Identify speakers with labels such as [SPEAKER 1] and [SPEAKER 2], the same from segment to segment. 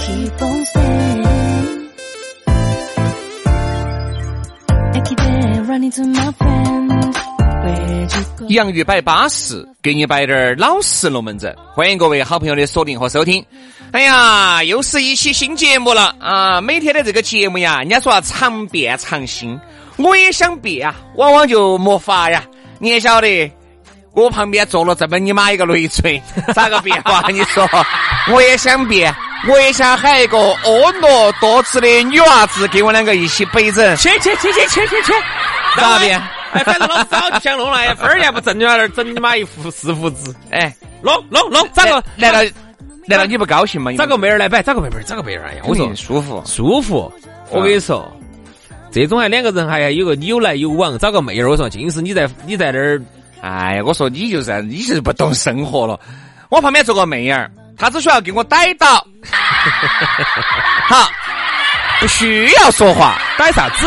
[SPEAKER 1] keep on saying I keep on running to my friend Where'd you go?
[SPEAKER 2] 洋芋摆巴适，给你摆点儿老实龙门阵。欢迎各位好朋友的锁定和收听。哎呀，又是一期新节目了啊！每天的这个节目呀，人家说啊常变常新，我也想变啊，往往就没法呀。你也晓得，我旁边坐了这么你妈一个累赘，咋个变法？你说，我也想变，我也想喊一个婀娜多姿的女娃子跟我两个一起摆整，
[SPEAKER 3] 去去去去去去去，
[SPEAKER 2] 咋变？
[SPEAKER 3] 哎，反正老子早就想弄了，哎分儿也不挣，就在那儿整你妈一副四胡子，
[SPEAKER 2] 哎，
[SPEAKER 3] 弄弄 弄，找个
[SPEAKER 2] 难道难道你不高兴吗？
[SPEAKER 3] 找个妹儿来摆，找个妹儿，找个妹儿，哎呀，我
[SPEAKER 2] 我说
[SPEAKER 3] 说
[SPEAKER 2] 舒服。
[SPEAKER 3] 舒服，我跟你说。这种还两个人还还有个你有来有往，找个妹儿，我说尽是你在你在那儿，
[SPEAKER 2] 哎呀，我说你就是你就是不懂生活了。我旁边坐个妹儿，她只需要给我逮到， 好，不需要说话，
[SPEAKER 3] 摆啥子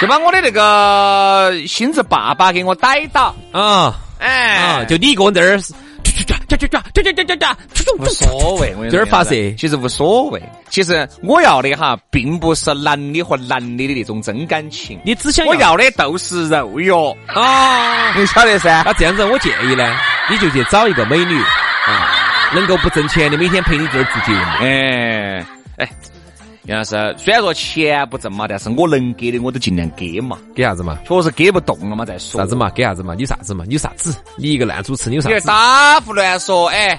[SPEAKER 2] 就把我的那个心智爸爸给我逮到。
[SPEAKER 3] 啊
[SPEAKER 2] 哎，
[SPEAKER 3] 啊！就你一个人在那儿，抓抓抓抓抓抓抓抓抓，
[SPEAKER 2] 无所谓，我跟你
[SPEAKER 3] 这
[SPEAKER 2] 说
[SPEAKER 3] 儿发射
[SPEAKER 2] 其实无所谓。其实我要的哈，并不是男的和男的的那种真感情，
[SPEAKER 3] 你只想
[SPEAKER 2] 我要的都是肉哟，
[SPEAKER 3] 啊！
[SPEAKER 2] 你晓得噻？
[SPEAKER 3] 那这样子，我建议呢，你就去找一个美女啊，能够不挣钱的，每天陪你这儿做节目。
[SPEAKER 2] 哎哎，杨老师，虽然说钱不挣嘛，但是我能给的我都尽量给嘛，
[SPEAKER 3] 给啥子嘛？
[SPEAKER 2] 确实给不动了嘛再说。
[SPEAKER 3] 啥子？嘛？给啥子嘛？你啥子嘛？你啥子？你一个烂主持，你有啥
[SPEAKER 2] 你
[SPEAKER 3] 子？
[SPEAKER 2] 打胡乱说，哎，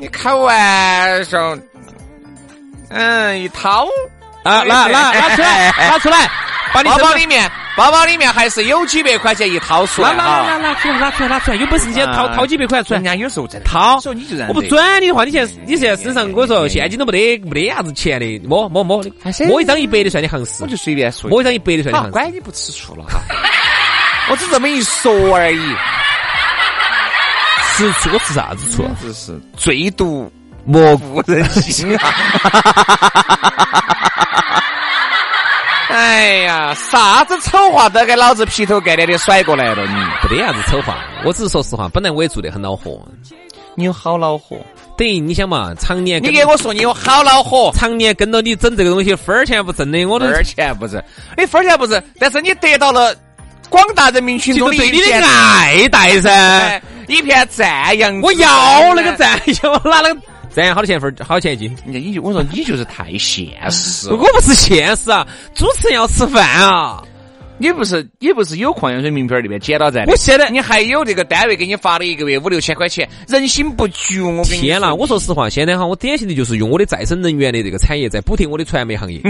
[SPEAKER 2] 你开玩笑，嗯，一掏
[SPEAKER 3] 啊，拿拿拿出来，拿出来，把你
[SPEAKER 2] 包
[SPEAKER 3] 身
[SPEAKER 2] 包
[SPEAKER 3] 份
[SPEAKER 2] 里面，包包里面还是有几百块钱一掏出
[SPEAKER 3] 拿
[SPEAKER 2] 来
[SPEAKER 3] 拿拿
[SPEAKER 2] 哈。
[SPEAKER 3] 拿出来，拿出来，拿出来，有本事你先掏
[SPEAKER 2] 啊
[SPEAKER 3] 掏几百块出来
[SPEAKER 2] 人。家有时候真的
[SPEAKER 3] 掏
[SPEAKER 2] 所以你就
[SPEAKER 3] 我不嗯
[SPEAKER 2] 准。
[SPEAKER 3] 转你的话，你现在你现在身上，我说现金都没得，没得啥子钱的，摸摸摸，摸一张一百的算你行
[SPEAKER 2] 我
[SPEAKER 3] 市，
[SPEAKER 2] 就随便说一
[SPEAKER 3] 摸一张一百的算你
[SPEAKER 2] 好，
[SPEAKER 3] 行市。
[SPEAKER 2] 乖，你不吃醋了哈。 我只这么一说而已，
[SPEAKER 3] 吃醋，我吃啥子醋？
[SPEAKER 2] 这是最毒
[SPEAKER 3] 蘑菇。
[SPEAKER 2] 无人性啊！ 哎呀，啥子丑话都给老子劈头盖脸的甩过来了，你
[SPEAKER 3] 不得啥子丑话，我只是说实话，本来我也做得很恼火，
[SPEAKER 2] 你有好恼火！
[SPEAKER 3] 等于你想嘛，常年
[SPEAKER 2] 你
[SPEAKER 3] 跟
[SPEAKER 2] 给我说你有好恼火，
[SPEAKER 3] 常年跟到你整这个东西，分儿钱不挣的，我都
[SPEAKER 2] 分儿钱不是，你分儿钱不是，但是你得到了广大人民群
[SPEAKER 3] 就
[SPEAKER 2] 众
[SPEAKER 3] 是对
[SPEAKER 2] 一
[SPEAKER 3] 你
[SPEAKER 2] 片
[SPEAKER 3] 的爱戴噻
[SPEAKER 2] 哎。一片赞扬。
[SPEAKER 3] 我要那个，赞， 要拿那个赞，好多钱分儿，好多钱一斤。
[SPEAKER 2] 你你就我说你就是太现实
[SPEAKER 3] 我
[SPEAKER 2] 了，
[SPEAKER 3] 不是现实啊，主持人要吃饭啊。
[SPEAKER 2] 你不是你不是有矿泉水名片那边捡到在的
[SPEAKER 3] 我现在
[SPEAKER 2] 你还有这个单位给你发的一个月五六千块钱，人心不足。我跟你
[SPEAKER 3] 天
[SPEAKER 2] 呐，
[SPEAKER 3] 呐，我说实话，现在哈，我典型的就是用我的再生能源的这个产业在补贴我的传 媒行业。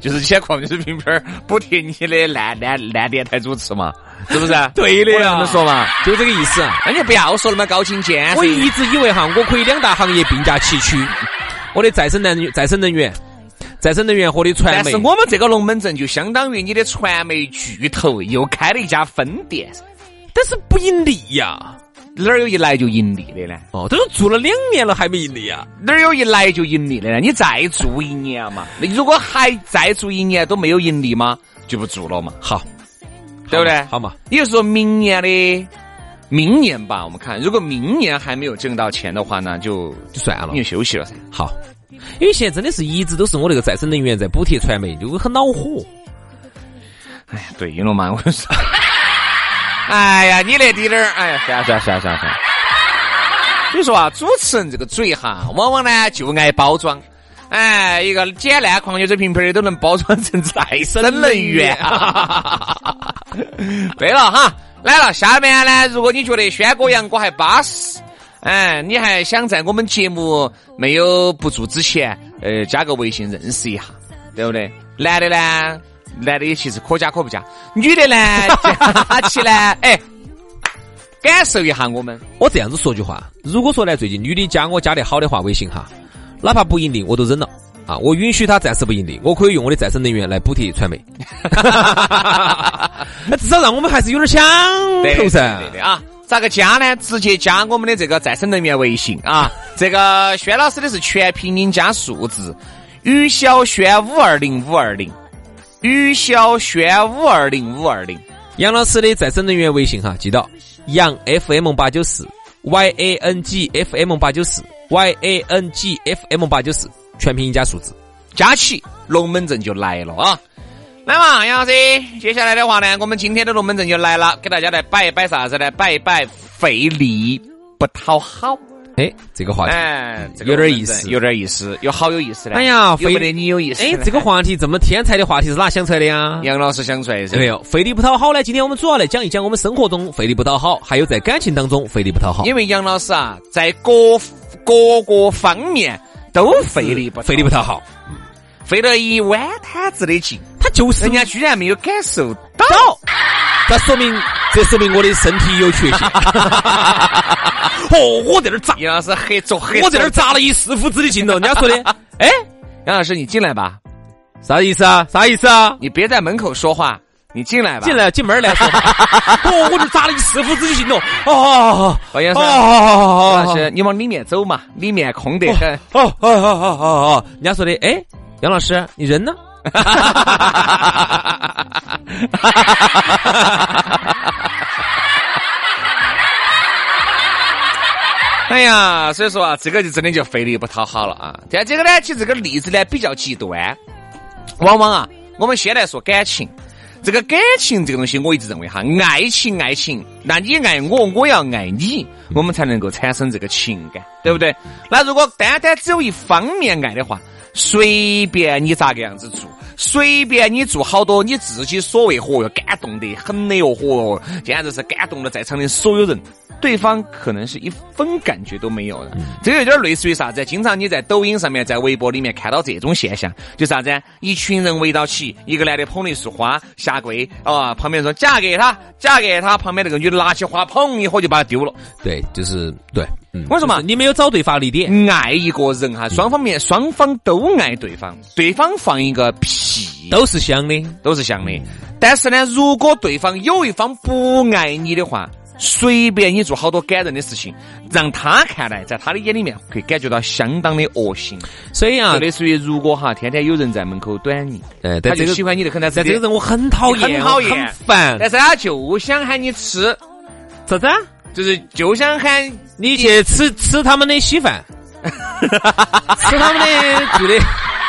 [SPEAKER 2] 就是捡矿泉水瓶瓶儿补贴你的烂烂烂电台主持嘛，是不是？
[SPEAKER 3] 对的啊呀
[SPEAKER 2] 我 能这么说嘛。
[SPEAKER 3] 就这个意思啊。
[SPEAKER 2] 那你不要说那么高精尖噻，
[SPEAKER 3] 我一直以为哈，我可以两大行业并驾齐驱，我的再生能再生能源、再生能源和我的传
[SPEAKER 2] 但
[SPEAKER 3] 媒
[SPEAKER 2] 是。我们这个龙门阵就相当于你的传媒巨头又开了一家分店，
[SPEAKER 3] 但是不盈利呀、
[SPEAKER 2] 哪儿有一来就盈利的呢？
[SPEAKER 3] 哦，都做了两年了还没盈利呀、
[SPEAKER 2] 哪儿有一来就盈利的呢？你再做一年嘛，那如果还再做一年都没有盈利吗？就不做了嘛，
[SPEAKER 3] 好，
[SPEAKER 2] 对不对？
[SPEAKER 3] 好嘛，
[SPEAKER 2] 也就是说明年的明年吧，我们看，如果明年还没有挣到钱的话呢，就
[SPEAKER 3] 就算了
[SPEAKER 2] 你。就休息了噻。
[SPEAKER 3] 好，因为现在真的是一直都是我那个再生能源在补贴传媒，就很恼火。
[SPEAKER 2] 哎呀，对了嘛，我跟你说，哎呀，你那滴点儿，哎呀，算了算了算了算了算了。所以说啊，主持人这个嘴哈，往往呢就爱包装。哎，一个捡烂矿泉水瓶瓶儿都能包装成再生能源。对了哈，啊 来了，下面呢，如果你觉得轩哥、杨哥还巴适，哎，你还想在我们节目没有不做之前，呃，加个微信认识一下，对不对？男的呢，男的也其实可加可不加；女的呢，加起来，哎，感受一下我们。
[SPEAKER 3] 我这样子说句话，如果说呢，最近女的加我加得好的话，微信哈，哪怕不盈利，我都忍了。啊，我允许她暂时不盈利，我可以用我的再生能源来补贴传媒， 那至少让我们还是有点想
[SPEAKER 2] 对
[SPEAKER 3] 头噻
[SPEAKER 2] 对。的啊。咋个加呢？直接加我们的这个再生能源微信啊！这个轩老师的是全拼音加数字，于小轩五二零五二零，于小轩五二零五二零。
[SPEAKER 3] 杨老师的再生能源微信哈，记到杨 FM 八九四 Y A N G F M 八九四 Y A N G F M 八九四，全拼音加数字。
[SPEAKER 2] 加起龙门阵就来了啊！来嘛，杨老师，接下来的话呢，我们今天的龙门阵就来了，给大家来摆一摆啥子呢？摆一摆费力不讨好。
[SPEAKER 3] 哎，这个话题，
[SPEAKER 2] 哎，这个
[SPEAKER 3] 有点
[SPEAKER 2] 龙门
[SPEAKER 3] 意
[SPEAKER 2] 阵
[SPEAKER 3] 思
[SPEAKER 2] 有点意思，有好有意思的。
[SPEAKER 3] 哎呀
[SPEAKER 2] 有
[SPEAKER 3] 费
[SPEAKER 2] 没得你有意思的
[SPEAKER 3] 哎
[SPEAKER 2] 呢？，
[SPEAKER 3] 这个话题这么天才的话题是哪想出来的呀？
[SPEAKER 2] 杨老师想出来的是吧
[SPEAKER 3] 没有，费力不讨好呢。今天我们主要来讲一讲我们生活中费力不讨好，还有在感情当中费力不讨好，
[SPEAKER 2] 因为杨老师啊，在各各个方面都费力不
[SPEAKER 3] 费力不讨好，嗯
[SPEAKER 2] 费了一碗摊子的劲，
[SPEAKER 3] 他就是
[SPEAKER 2] 人家居然没有感受到。
[SPEAKER 3] 到，这说明这说明我的身体有缺陷。 哦，我在这儿扎，
[SPEAKER 2] 杨老师黑着黑，
[SPEAKER 3] 我在这儿。扎了一四父子的劲头。人家说 的，哎，
[SPEAKER 2] 杨老师，你进来吧，
[SPEAKER 3] 啥意思啊？啥意思啊？
[SPEAKER 2] 你别在门口说话，你进来吧。
[SPEAKER 3] 进。来进门来说， 哦，我这儿扎了一四父子的劲头。哦，
[SPEAKER 2] 王先
[SPEAKER 3] 哦
[SPEAKER 2] 生，
[SPEAKER 3] 哦
[SPEAKER 2] 杨老师，你往里面走嘛，里面空得很。
[SPEAKER 3] 哦哦哦哦哦哦，人家说的，哎，杨老师，你人呢？
[SPEAKER 2] 哎呀，所以说啊，这个就真的就费力不讨好了啊。但这个呢，其实这个例子呢比较极端，往往啊，我们先来说感情。这个感情这个东西，我一直认为哈，爱情爱情，那你爱我，我要爱你，我们才能够产生这个情感，对不对？那如果单单只有一方面爱的话，随便你咋个样子做，随便你做好多你自己所谓，嚯哟，感动得很的哟，嚯哟，简直是感动了在场的所有人。对方可能是一分感觉都没有的，这个有点类似于啥子？经常你在抖音上面、在微博里面看到这种现象，就啥子？一群人围到起，一个男的捧了一束花下跪啊，旁边说嫁给他，嫁给他，旁边那个女的拿起花砰一火就把他丢了。
[SPEAKER 3] 对，就是对，嗯，
[SPEAKER 2] 为什么
[SPEAKER 3] 就是你没有找对发力点？
[SPEAKER 2] 嗯爱一个人哈，双方面双方都爱对方，对方放一个屁
[SPEAKER 3] 都是香的，
[SPEAKER 2] 都是香的。但是呢，如果对方有一方不爱你的话，随便你做好多感人的事情，让他看来，在他的眼里面会感觉到相当的恶心，
[SPEAKER 3] 所以啊
[SPEAKER 2] 就，类似于如果哈天天有人在门口端你，
[SPEAKER 3] 哎，
[SPEAKER 2] 他
[SPEAKER 3] 在这
[SPEAKER 2] 就
[SPEAKER 3] 个
[SPEAKER 2] 喜欢你的很难
[SPEAKER 3] 在这个人我很讨厌，
[SPEAKER 2] 很讨厌
[SPEAKER 3] 我很烦。
[SPEAKER 2] 但是他就想喊你吃，
[SPEAKER 3] 啥子啊？
[SPEAKER 2] 就是就想喊
[SPEAKER 3] 你去吃吃他们的稀饭， 吃他们的做的，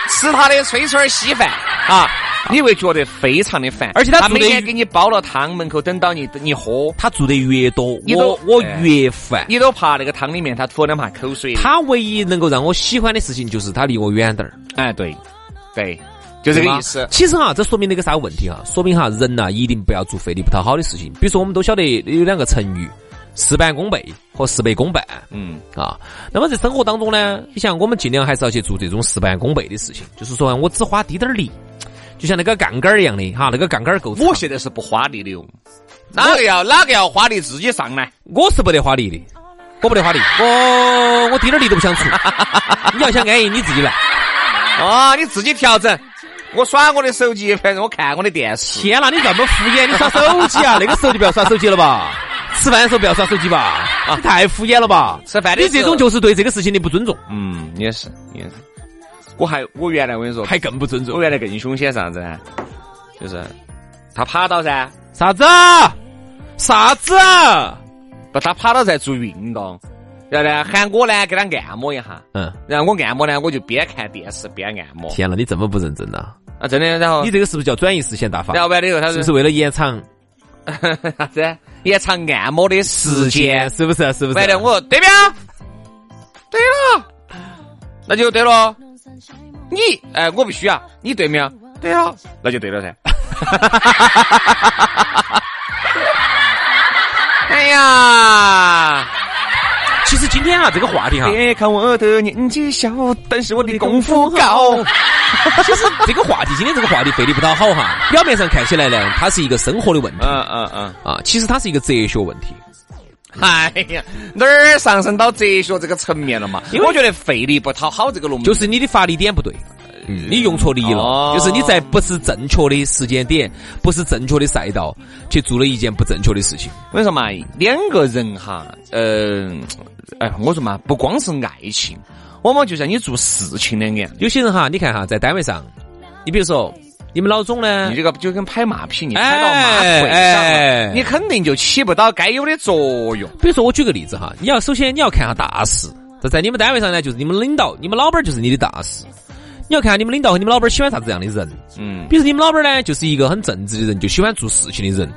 [SPEAKER 2] 吃他的炊水儿稀饭啊，你会觉得非常的烦，
[SPEAKER 3] 而且他
[SPEAKER 2] 他
[SPEAKER 3] 做
[SPEAKER 2] 每
[SPEAKER 3] 的
[SPEAKER 2] 天给你煲了汤，门口等到你你喝，
[SPEAKER 3] 他做的越多，
[SPEAKER 2] 你都
[SPEAKER 3] 我我
[SPEAKER 2] 哎
[SPEAKER 3] 越烦。
[SPEAKER 2] 你都怕那个汤里面他吐了嘛口水。
[SPEAKER 3] 他唯一能够让我喜欢的事情就是他离我远点儿，
[SPEAKER 2] 哎，对，对，就这个
[SPEAKER 3] 对吧
[SPEAKER 2] 意思。
[SPEAKER 3] 其实哈，这说明了一个啥问题哈？说明哈，人呐、一定不要做费力不讨好的事情。比如说，我们都晓得有两个成语“事半功倍”和“事倍功半”。
[SPEAKER 2] 嗯，
[SPEAKER 3] 啊，那么在生活当中呢，你像我们尽量还是要去做这种事半功倍的事情，就是说我只花滴点儿力，就像那个杠杆儿一样的哈，那个杠杆儿够长，
[SPEAKER 2] 我现在是不花力的哟。哪个要哪个要花力自己上来？
[SPEAKER 3] 我是不得花力的，我不得花力，我我滴点儿力都 不想出，你要想安逸你自己来。
[SPEAKER 2] 啊，你自己调整。我耍我的手机，反正我看我的电视。
[SPEAKER 3] 天呐，你这么敷衍，你耍手机啊？那个时候就不要耍手机了吧？吃饭的时候不要耍手机吧？啊，太敷衍了吧？
[SPEAKER 2] 吃饭的
[SPEAKER 3] 你这
[SPEAKER 2] 时候
[SPEAKER 3] 种就是对这个事情的不尊重，
[SPEAKER 2] 嗯，也是也是。我还我原来我跟你说，
[SPEAKER 3] 还更不尊
[SPEAKER 2] 我
[SPEAKER 3] 重。
[SPEAKER 2] 原来更凶些啥子呢？就是他爬到噻，
[SPEAKER 3] 啥子？啊啥子？啊
[SPEAKER 2] 不他爬到在做运动，然后呢喊我呢给他按摩一下，
[SPEAKER 3] 嗯，
[SPEAKER 2] 然后我按摩呢我就边看电视边按摩
[SPEAKER 3] 天呐，你这么不认真呐、
[SPEAKER 2] 啊，真的。然后
[SPEAKER 3] 你这个是不是叫转移视线打法？
[SPEAKER 2] 然后完了以后他
[SPEAKER 3] 是
[SPEAKER 2] 说
[SPEAKER 3] 不是为了延长
[SPEAKER 2] 啥子？延长按摩的时间。
[SPEAKER 3] 是不是？是不是？
[SPEAKER 2] 完了，我说对不对啊？对了，那就对了。你哎，我不需要，你对没有？对啊，那就对了噻。哎呀，哎
[SPEAKER 3] 其实今天啊，这个话题哈，
[SPEAKER 2] 别看我的年纪小，但是我的功夫高。
[SPEAKER 3] 其实这个话题，今天这个话题费力不讨好哈。表面上看起来呢，它是一个生活的问题
[SPEAKER 2] 嗯嗯嗯，
[SPEAKER 3] 啊，其实它是一个哲学问题。
[SPEAKER 2] 哎呀，哪儿上升到哲学这个层面了嘛？因为我觉得费力不讨好这个龙门，
[SPEAKER 3] 就是你的发力点不对，你用错力了，
[SPEAKER 2] 哦
[SPEAKER 3] 就是你在不是正确的时间点、不是正确的赛道去做了一件不正确的事情。
[SPEAKER 2] 我跟你说嘛，两个人哈，呃，哎，我说嘛，不光是爱情，往往就像你做事情两样，
[SPEAKER 3] 有些人哈，你看哈，在单位上，你比如说你们老总呢
[SPEAKER 2] 你，这个就跟拍马屁，你拍到马腿上了，
[SPEAKER 3] 哎哎
[SPEAKER 2] 你肯定就起不到该有的作用。
[SPEAKER 3] 比如说我举个例子哈，你要首先你要看下大事，这在你们单位上呢，就是你们领导、你们老板就是你的大事。你要看下你们领导和你们老板喜欢啥子样的人，
[SPEAKER 2] 嗯，
[SPEAKER 3] 比如说你们老板呢，就是一个很正直的人，就喜欢做事情的人。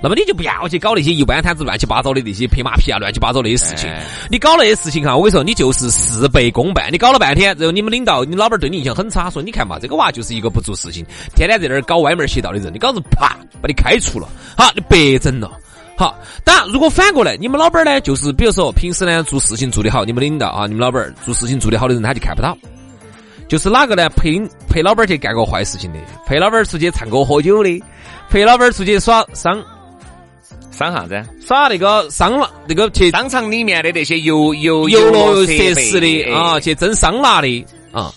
[SPEAKER 3] 那么你就不要去搞那些一般摊子乱七八糟的那些拍马屁啊、乱七八糟那些事情
[SPEAKER 2] 哎。
[SPEAKER 3] 你搞那些事情哈，我跟你说，你就是事倍功半。你搞了半天，然后你们领导、你老板对你印象很差，说你看嘛，这个娃就是一个不做事情，天天在那儿搞歪门邪道的人，你搞成啪把你开除了，好，你白整了。好，当然，如果反过来，你们老板呢，就是比如说平时呢做事情做得好，你们领导啊，你们老板做事情做得好的人，他就看不到。就是哪个呢？陪陪老板去干过坏事情的，陪老板出去唱歌喝酒的，陪老板出去耍商
[SPEAKER 2] 伤啥子？
[SPEAKER 3] 耍那个商了那个去
[SPEAKER 2] 商场里面的那些游游
[SPEAKER 3] 游乐
[SPEAKER 2] 乐
[SPEAKER 3] 设施的
[SPEAKER 2] 备
[SPEAKER 3] 啊，
[SPEAKER 2] 哎
[SPEAKER 3] 去争桑拿的啊。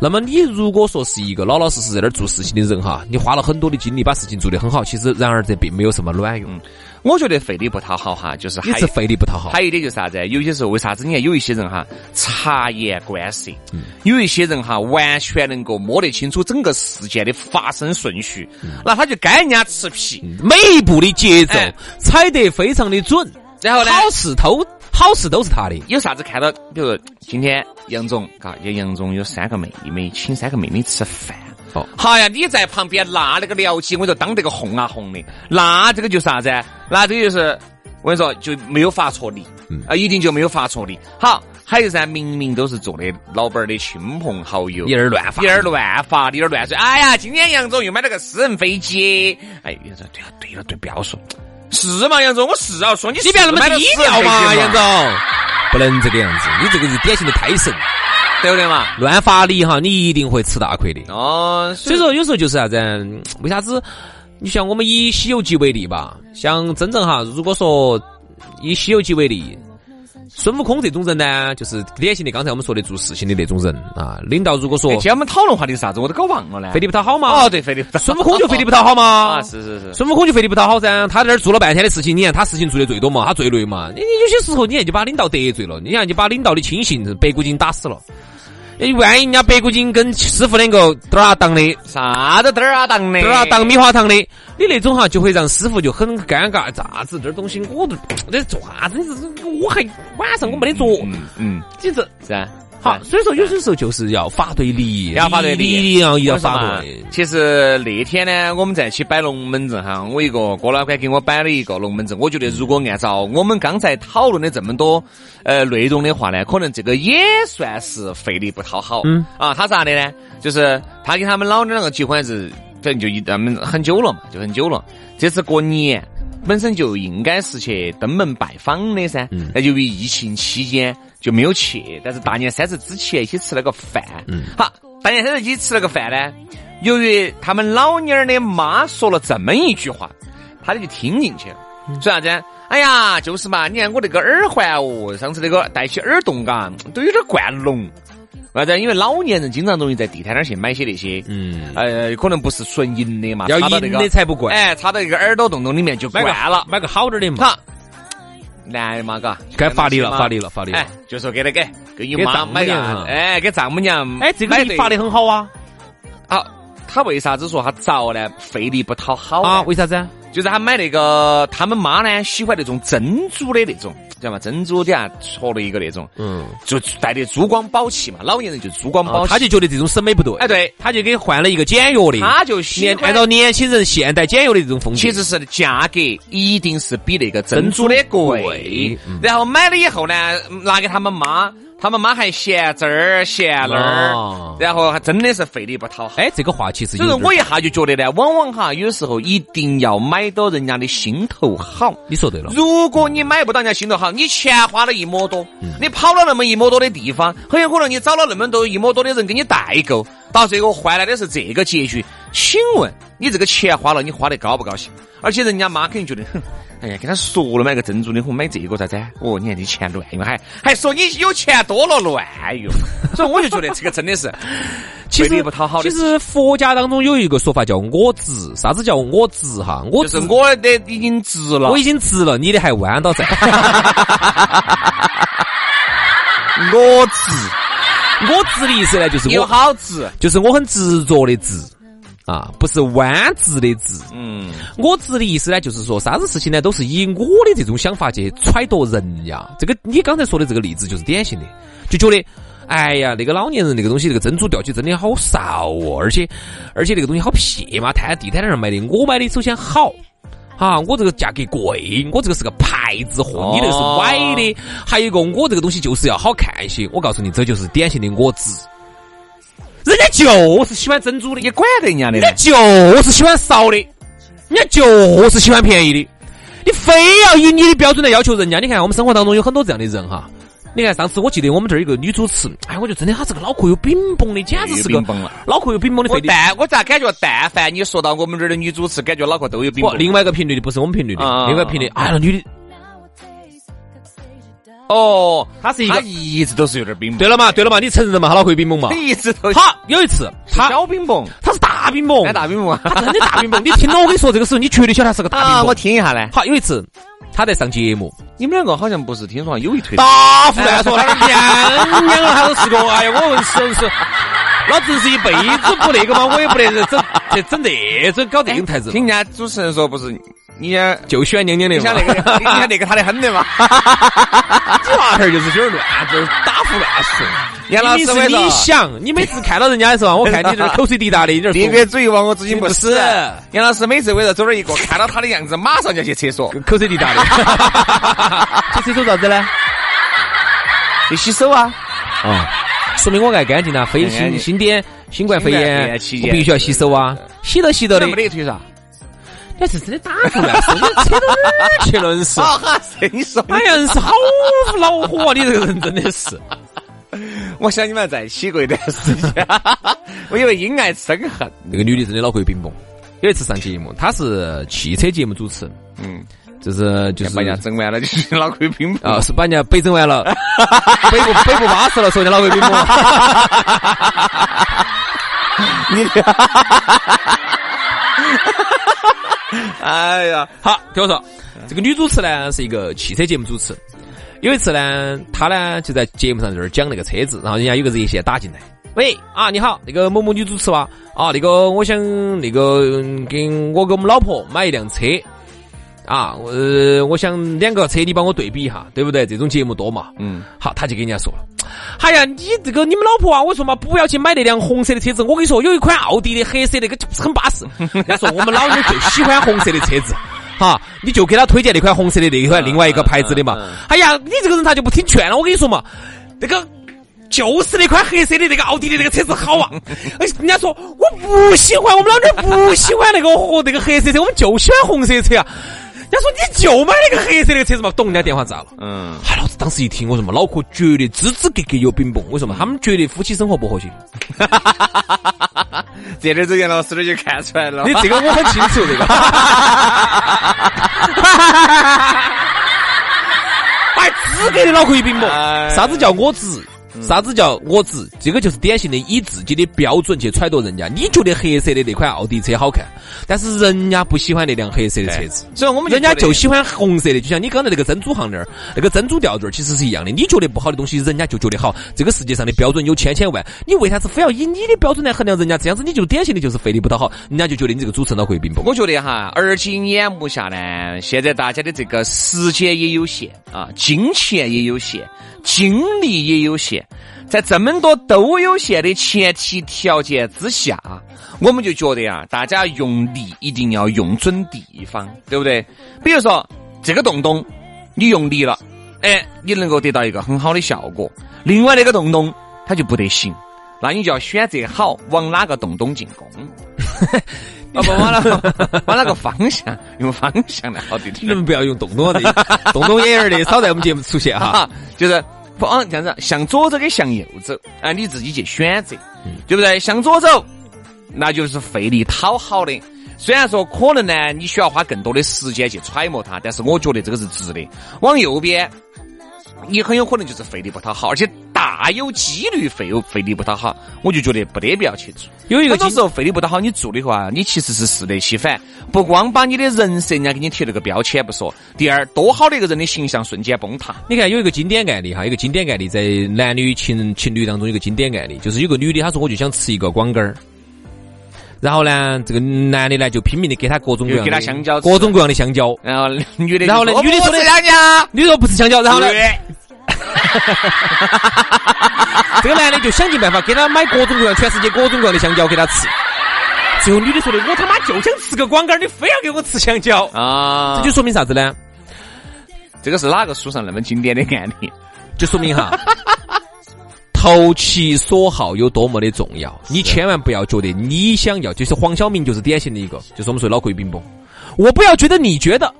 [SPEAKER 3] 那么你如果说是一个老老实实在那儿做事情的人哈，你花了很多的精力把事情做得很好，其实然而这并没有什么卵用，
[SPEAKER 2] 嗯我觉得费力不讨好哈，就是
[SPEAKER 3] 你
[SPEAKER 2] 还
[SPEAKER 3] 是费力不讨好。
[SPEAKER 2] 还有一点就是啥子？有些时候为啥子？你看有一些人哈察言观色，
[SPEAKER 3] 嗯
[SPEAKER 2] 有一些人哈完全能够摸得清楚整个事件的发生顺序，
[SPEAKER 3] 嗯
[SPEAKER 2] 那他就该人家吃皮。
[SPEAKER 3] 每一步的节奏
[SPEAKER 2] 哎
[SPEAKER 3] 踩得非常的准，
[SPEAKER 2] 然后呢
[SPEAKER 3] 好事都好事都是他的。
[SPEAKER 2] 有啥子看到？比如今天杨总，嘎，有杨总有三个妹妹，请三个妹妹吃饭。
[SPEAKER 3] 哦
[SPEAKER 2] 好呀，你在旁边那那个聊起，我就当这个红啊红的，那这个就是啥子？那这个就是我跟你说就没有发错力，啊、一定就没有发错力。好，还有噻，明明都是做的老板儿的亲朋好友，
[SPEAKER 3] 一儿乱发
[SPEAKER 2] 一儿乱发，一儿乱说。哎呀，今天杨总又买了个私人飞机，哎，杨总对了对了对，不要说，是嘛，杨总，我是要说你
[SPEAKER 3] 你不要那么
[SPEAKER 2] 是买了
[SPEAKER 3] 低
[SPEAKER 2] 私人
[SPEAKER 3] 调
[SPEAKER 2] 飞
[SPEAKER 3] 嘛，
[SPEAKER 2] 机
[SPEAKER 3] 杨总，不能这个样子，你这个是典型的胎神，
[SPEAKER 2] 对不对嘛？
[SPEAKER 3] 乱发力哈，你一定会吃大亏的。
[SPEAKER 2] 哦，
[SPEAKER 3] 所以说，有时候就是啥子，嗯为啥子？你像我们以《西游记》为例吧，像真正哈，如果说以《西游记》为例，孙悟空这种人呢，就是典型的刚才我们说的做事情的那种人啊。领导如果说
[SPEAKER 2] 哎今天我们讨论话题是啥子，我都搞忘了呢。
[SPEAKER 3] 费力不讨好嘛，
[SPEAKER 2] 哦，对， 费力不讨好
[SPEAKER 3] 孙悟空就费力不讨好嘛
[SPEAKER 2] 啊，。是是是，
[SPEAKER 3] 孙悟空就费力不讨好噻，他在那儿做了半天的事情，你看他事情做的最多嘛，他最累嘛。你你有些时候，你看就把领导得罪了，你看就把领导的亲信白骨精打死了。哎万一人家白骨精跟师傅两个嘚儿啊当的，
[SPEAKER 2] 啥子嘚儿啊当的，
[SPEAKER 3] 这儿啊当米花糖的，你那种哈就会让师傅就很尴尬，啥子这儿东西我都这做啥子？你这我还晚上我没得做，
[SPEAKER 2] 嗯嗯，
[SPEAKER 3] 你这
[SPEAKER 2] 是啊，
[SPEAKER 3] 好，所以说有些时候就是要发对力，
[SPEAKER 2] 要发对力
[SPEAKER 3] 力量要
[SPEAKER 2] 为什么
[SPEAKER 3] 发
[SPEAKER 2] 啊
[SPEAKER 3] 对。
[SPEAKER 2] 其实那天呢，我们在一起摆龙门阵哈，我一个郭老倌给我摆了一个龙门阵。我觉得如果按照我们刚才讨论的这么多呃内容的话呢，可能这个也算是费力不讨好。
[SPEAKER 3] 嗯
[SPEAKER 2] 啊，他咋的呢？就是他跟他们老娘两个结婚是，反正就一他们很久了嘛，就很久了。这次过年。本身就应该是去登门拜访的噻，
[SPEAKER 3] 嗯
[SPEAKER 2] 那由于疫情期间就没有去，但是大年三十之前一起吃了个饭，嗯，好，大年三十一起吃了个饭呢，由于他们老娘儿的妈说了这么一句话，他就听进去了，
[SPEAKER 3] 嗯
[SPEAKER 2] 说啥子？哎呀，就是嘛，你看我那个耳环哦，上次那个戴起耳洞嘎，都有点灌聋。为啥子？因为老年人经常容易在地摊那儿去买些那些，
[SPEAKER 3] 嗯
[SPEAKER 2] 呃，可能不是纯银的嘛，
[SPEAKER 3] 要
[SPEAKER 2] 插到那
[SPEAKER 3] 赢
[SPEAKER 2] 个
[SPEAKER 3] 的才不怪，
[SPEAKER 2] 哎，插到一个耳朵洞洞里面就
[SPEAKER 3] 买
[SPEAKER 2] 灌
[SPEAKER 3] 个
[SPEAKER 2] 了。
[SPEAKER 3] 买个好点儿的嘛，
[SPEAKER 2] 好，男的嘛，嘎，
[SPEAKER 3] 该发力了，发力
[SPEAKER 2] 了，
[SPEAKER 3] 了，发力了
[SPEAKER 2] 哎。，就说给他给给你
[SPEAKER 3] 给
[SPEAKER 2] 妈
[SPEAKER 3] 丈母
[SPEAKER 2] 买个
[SPEAKER 3] 娘啊，
[SPEAKER 2] 哎，给丈母娘，
[SPEAKER 3] 哎，这个你发
[SPEAKER 2] 的
[SPEAKER 3] 的很好啊
[SPEAKER 2] 啊。他为啥子说他遭呢？费力不讨好呢哎
[SPEAKER 3] 啊，为啥子啊？
[SPEAKER 2] 就是他买那个，他们妈呢喜欢那种珍珠的那种，知道吗？珍珠底下戳了一个那种，
[SPEAKER 3] 嗯，
[SPEAKER 2] 就带的珠光宝气嘛。老年人就珠光宝气，
[SPEAKER 3] 哦他就哎觉得这种审美不对，
[SPEAKER 2] 哦哎对，
[SPEAKER 3] 他就给换了一个简约的，
[SPEAKER 2] 他就喜
[SPEAKER 3] 年
[SPEAKER 2] 欢
[SPEAKER 3] 按照年轻人现代简约的这种风格，
[SPEAKER 2] 其实是价格一定是比那个珍珠的
[SPEAKER 3] 嗯珍珠
[SPEAKER 2] 贵
[SPEAKER 3] 贵嗯，
[SPEAKER 2] 然后买了以后呢，拿给他们妈，他们妈还嫌这儿嫌那
[SPEAKER 3] 哦
[SPEAKER 2] 儿，然后还真的是费力不讨好。
[SPEAKER 3] 哎，这个话其实
[SPEAKER 2] 所以
[SPEAKER 3] 有
[SPEAKER 2] 说
[SPEAKER 3] 点
[SPEAKER 2] 我一下就觉得呢，往往哈，有时候一定要买到人家的心头好。
[SPEAKER 3] 你说对了。
[SPEAKER 2] 如果你买不到人家心头好，你钱花了一么多，
[SPEAKER 3] 嗯
[SPEAKER 2] 你跑了那么一么多的地方，很有可能你找了那么多一么多的人给你代购，到最后换来的是这个结局。请问你这个钱花了，你花的高不高兴？而且人家妈肯定觉得，哼，哎呀，跟他说了买个珍珠的，红买这个啥子啊？哦，你看你钱乱用，还还说你有钱多了乱 用，所以我就觉得这个真的是
[SPEAKER 3] 其
[SPEAKER 2] 费力
[SPEAKER 3] 实
[SPEAKER 2] 不讨好的
[SPEAKER 3] 其
[SPEAKER 2] 事。
[SPEAKER 3] 实佛家当中有一个说法叫“我执”，啥子叫“我执”哈？我
[SPEAKER 2] 就是
[SPEAKER 3] 执，
[SPEAKER 2] 我的已经值了，
[SPEAKER 3] 我已经执了，你的还弯到 在。
[SPEAKER 2] 我值，
[SPEAKER 3] 我执的意思呢，就是
[SPEAKER 2] 有
[SPEAKER 3] 我
[SPEAKER 2] 好值，
[SPEAKER 3] 就是我很执着的执啊，不是弯执的执。
[SPEAKER 2] 嗯，
[SPEAKER 3] 我执的意思呢，就是说啥子事情呢，都是以我的这种想法去揣度人呀。这个你刚才说的这个例子就是典型的，就觉得。哎呀，那个老年人那个东西，那个珍珠吊起真的好少哦，而且而且那个东西好撇嘛，摊地摊摊上卖的，我买的首先好，啊，我这个价格贵，我这个是个牌子货，你那个是歪的，还有一个我这个东西就是要好看一些。我告诉你，这就是典型的我执，人家就是喜欢珍珠的，
[SPEAKER 2] 你管得人家的呢
[SPEAKER 3] 人家。 就是喜欢少的，人家就是喜欢便宜的，你非要以你的标准来要求人家。你看我们生活当中有很多这样的人哈。你看上次我记得我们这儿有个女主持，哎，我就真的她这个脑壳有饼崩的，简直是个
[SPEAKER 2] 有饼崩了
[SPEAKER 3] 脑壳有饼崩的
[SPEAKER 2] 我
[SPEAKER 3] 费力。
[SPEAKER 2] 但我咋感觉，但凡你说到我们这儿的女主持，感觉脑壳都有病
[SPEAKER 3] 不，。另外一个频率的不是我们频率的，
[SPEAKER 2] 啊
[SPEAKER 3] 另外一个频率，哎，那女的，
[SPEAKER 2] 哦，
[SPEAKER 3] 她是一
[SPEAKER 2] 他
[SPEAKER 3] 个，
[SPEAKER 2] 一直都是有点冰
[SPEAKER 3] 对
[SPEAKER 2] 崩，
[SPEAKER 3] 了嘛，对了嘛，你承认嘛，她脑壳有饼崩嘛
[SPEAKER 2] 他。一直都是
[SPEAKER 3] 好，有一次她
[SPEAKER 2] 小冰崩，
[SPEAKER 3] 她是大饼崩，
[SPEAKER 2] 哎，大冰崩
[SPEAKER 3] 她真的大饼崩。你听到我跟你说这个时候，你绝对晓得她是个 大
[SPEAKER 2] 啊，
[SPEAKER 3] 饼
[SPEAKER 2] 我
[SPEAKER 3] 崩。
[SPEAKER 2] 听一下嘞。
[SPEAKER 3] 好，有一次她在上节目，
[SPEAKER 2] 你们两个好像不是听说有一腿
[SPEAKER 3] 大啊胡乱说，他娘娘了，他都是个，哎呀，我问是是，老子是一辈子不那个嘛，我也不得整这整这种搞这种台子，
[SPEAKER 2] 哎听人家主持人说不是你家。
[SPEAKER 3] 就喜欢娘娘的
[SPEAKER 2] 你
[SPEAKER 3] 嘛
[SPEAKER 2] 想，那个，你想那个他的很的 嘛？
[SPEAKER 3] 这娃儿就是有点乱，就是打胡乱说。
[SPEAKER 2] 杨老师，啊我
[SPEAKER 3] 明明
[SPEAKER 2] 跟
[SPEAKER 3] 是你
[SPEAKER 2] 你说，
[SPEAKER 3] 想，你每次看到人家的 时候，我看你这口水滴答的，有点
[SPEAKER 2] 你
[SPEAKER 3] 说
[SPEAKER 2] 个嘴往我之前不
[SPEAKER 3] 不
[SPEAKER 2] 死
[SPEAKER 3] 是。
[SPEAKER 2] 杨老师每次围着走了一个，看到他的样子，马上就要去厕所，
[SPEAKER 3] 口水滴答 的。去厕所啥子呢？
[SPEAKER 2] 去洗手啊。
[SPEAKER 3] 啊，说明我爱干净呐，非
[SPEAKER 2] 爱干净
[SPEAKER 3] 新新冠新冠肺
[SPEAKER 2] 新冠肺
[SPEAKER 3] 炎
[SPEAKER 2] 炎期，
[SPEAKER 3] 我
[SPEAKER 2] 间
[SPEAKER 3] 必须要洗手啊，洗到洗到的
[SPEAKER 2] 嗯那，没得 腿啥？
[SPEAKER 3] 但是真的打胡乱 说，你扯到哪儿去了？硬是。
[SPEAKER 2] 好哈，你说
[SPEAKER 3] 哎呀，是好恼火啊！你这个人真的是，
[SPEAKER 2] 我想你们在一起过一段时间，我以为因爱生恨。
[SPEAKER 3] 那个女的真的脑壳有冰崩。有一次上节目，她是汽车节目主持，
[SPEAKER 2] 嗯，
[SPEAKER 3] 就是就是
[SPEAKER 2] 把人家整完了就是脑壳有冰
[SPEAKER 3] 啊，是把人家北整完了，北不北不巴适了，说人家脑壳有冰崩。
[SPEAKER 2] 哎呀，
[SPEAKER 3] 好，听我说，这个女主持呢是一个汽车节目主持。有一次呢，她呢就在节目上在这儿讲那个车子，然后人家有个热线打进来，喂啊，你好，那个某某女主持哇，啊，那个我想那个嗯跟我给我们老婆买一辆车，啊，我呃我想两个车你帮我对比一下，对不对？这种节目多嘛，
[SPEAKER 2] 嗯，
[SPEAKER 3] 好，他就跟人家说了，哎呀，你这个你们老婆啊，我说嘛，不要去买那辆红色的车子。我跟你说，有一款奥迪的黑色那个就是很巴适。 人家说我们老妞就喜欢红色的车子，哈，你就给他推荐那款红色的那一款另外一个牌子的嘛
[SPEAKER 2] 嗯嗯嗯。
[SPEAKER 3] 哎呀，你这个人他就不听劝了。我跟你说嘛，那个。就是那款黑色的那个奥迪的那个车子好啊！哎人家说我不喜欢，我们老妞不喜欢那个和那个黑色车，我们就喜欢红色车啊！人家说你就买那个黑色那个车子嘛，咚，人家电话炸了。
[SPEAKER 2] 嗯，
[SPEAKER 3] 哎，老子当时一听，我说嘛，脑壳绝对支支格格有饼崩。我说嘛，他们觉得夫妻生活不和谐。
[SPEAKER 2] 这点子杨老师就看出来了。啊
[SPEAKER 3] 你这个我很清楚，这个。 哎，资格的脑壳有饼崩。
[SPEAKER 2] 哎
[SPEAKER 3] 啥子叫我执？啥子叫我执？这个就是典型的以自己的标准去揣度人家。你觉得黑色的那款奥迪车好看，但是人家不喜欢那辆黑色的车子。
[SPEAKER 2] 所以我们
[SPEAKER 3] 人家就
[SPEAKER 2] 喜
[SPEAKER 3] 喜欢红色的，就像你刚才那个珍珠项链儿，那个珍珠吊坠儿其实是一样的。你觉得不好的东西，人家就觉得好。这个世界上的标准有千千万，你为啥子非要以你的标准来衡量人家？这样子你就典型的就是费力不讨好，人家就觉得你这个主持人脑壳有病崩。
[SPEAKER 2] 我觉得哈，而今眼目下呢，现在大家的这个时间也有限啊，金钱也有限，精力也有限，在这么多都有限的前提条件之下，我们就觉得啊，大家用力一定要用准地方，对不对？比如说这个洞洞，你用力了，哎，你能够得到一个很好的效果。另外那个洞洞它就不得行。那你就要选择好往哪个洞洞进攻，啊不往哪个往哪个方向，用方向来好滴
[SPEAKER 3] 你
[SPEAKER 2] 点
[SPEAKER 3] 们不要用东东的，东东眼儿的少在我们节目出现哈。
[SPEAKER 2] 啊，就是往这样子向左走跟向右走啊，你自己去选择，对不对？向左走，那就是费力讨好的。虽然说可能呢，你需要花更多的时间去揣摩它，但是我觉得这个是值的。往右边，你很有可能就是费力不讨好，而且大有几率费费力不讨好，我就觉得没得必要去做。
[SPEAKER 3] 有一个
[SPEAKER 2] 很多
[SPEAKER 3] 经
[SPEAKER 2] 时候费力不讨好，你做的话，你其实是适得其反。不光把你的人设人家给你贴了个标签不说，第二，多好的一个人的形象瞬间崩塌。
[SPEAKER 3] 你看有一个经典案例哈，有一个经典案例在男女情情侣当中有一个经典案例，就是有个女的她说我就想吃一个广根儿，然后呢这个男的呢就拼命的给她各种各样的
[SPEAKER 2] 就给她香蕉吃
[SPEAKER 3] 各种各样的香蕉，
[SPEAKER 2] 然后女的就，哦
[SPEAKER 3] 然后呢
[SPEAKER 2] 我
[SPEAKER 3] 女的
[SPEAKER 2] 不
[SPEAKER 3] 说的
[SPEAKER 2] 是人家，
[SPEAKER 3] 女的说不吃香蕉，然后呢
[SPEAKER 2] 对
[SPEAKER 3] 这个男的就想尽办法给她买各种各样全世界各种各样的香蕉给她 吃，最后女的说的我他妈就想吃个广根儿，你非要给我吃香蕉，
[SPEAKER 2] 啊，
[SPEAKER 3] 这
[SPEAKER 2] 这
[SPEAKER 3] 就
[SPEAKER 2] 就
[SPEAKER 3] 说明啥子呢？
[SPEAKER 2] 这个是哪个书上那么经典的案例？
[SPEAKER 3] 就说明哈， 投其所好有多么的重要。你千万不要觉得你想要，就是黄晓明就是典型的一个，就是我们说的脑壳有饼崩。我不要觉得你觉得，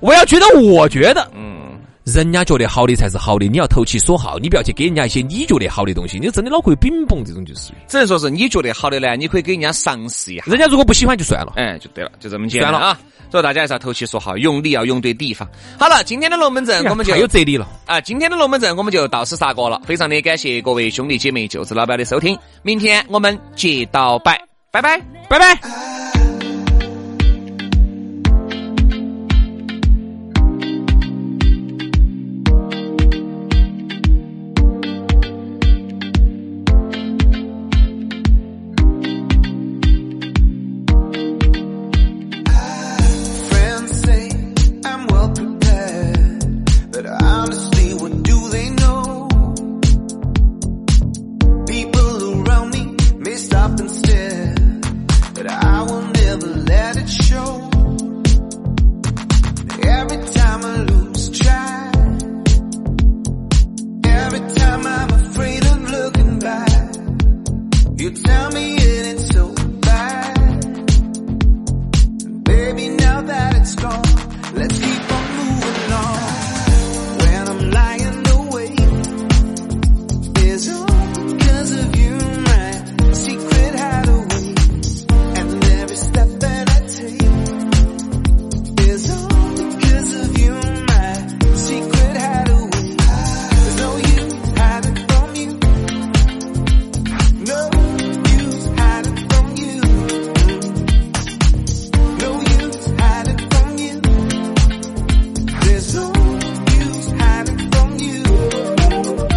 [SPEAKER 3] 我要觉得我觉得，嗯，人家觉得好的才是好的。你要投其所好，你不要去给人家一些你觉得好的东西。你真的脑壳有饼崩，这种就是。
[SPEAKER 2] 只能说是你觉得好的呢，你可以给人家尝试一下，
[SPEAKER 3] 人家如果不喜欢就算了。
[SPEAKER 2] 哎，就对了，就这么简单
[SPEAKER 3] 算了
[SPEAKER 2] 啊。所以大家还是要投其所好，用力要啊用对地方。好了，今天的龙门阵哎我们就
[SPEAKER 3] 哎太有哲理了。
[SPEAKER 2] 啊，今天的龙门阵我们就到此杀过了。非常的感谢各位兄弟姐妹、舅子老板的收听，明天我们接到摆，拜拜，拜拜。
[SPEAKER 4] Friends say I'm well prepared, but honestly, what do they know? People around me may stop and stare, but I will never let it show. Every time I lose track, every time I'm afraid of looking back, you tell me it ain't so bad. Baby, now that it's gone, let's keep on moving on. When I'm lying awake, there's all because of you, my secret hideaway. And every step that I take, is all because of you, my secret hideaway. There's no use hiding from you. No use hiding from you. No use hiding from you. There's no use hiding from you.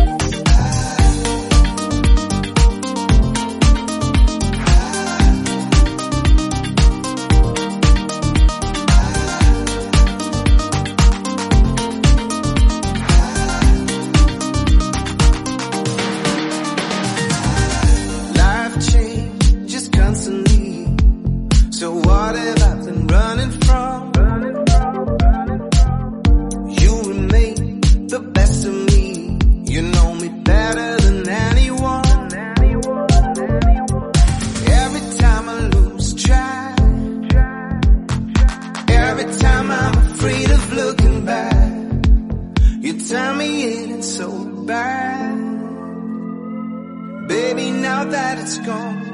[SPEAKER 4] Life changes constantly. So what have I been running from? You remain the best of me. You know me better than anyone. Every time I lose track, every time I'm afraid of looking back, you tell me it ain't so bad. Baby, now that it's gone,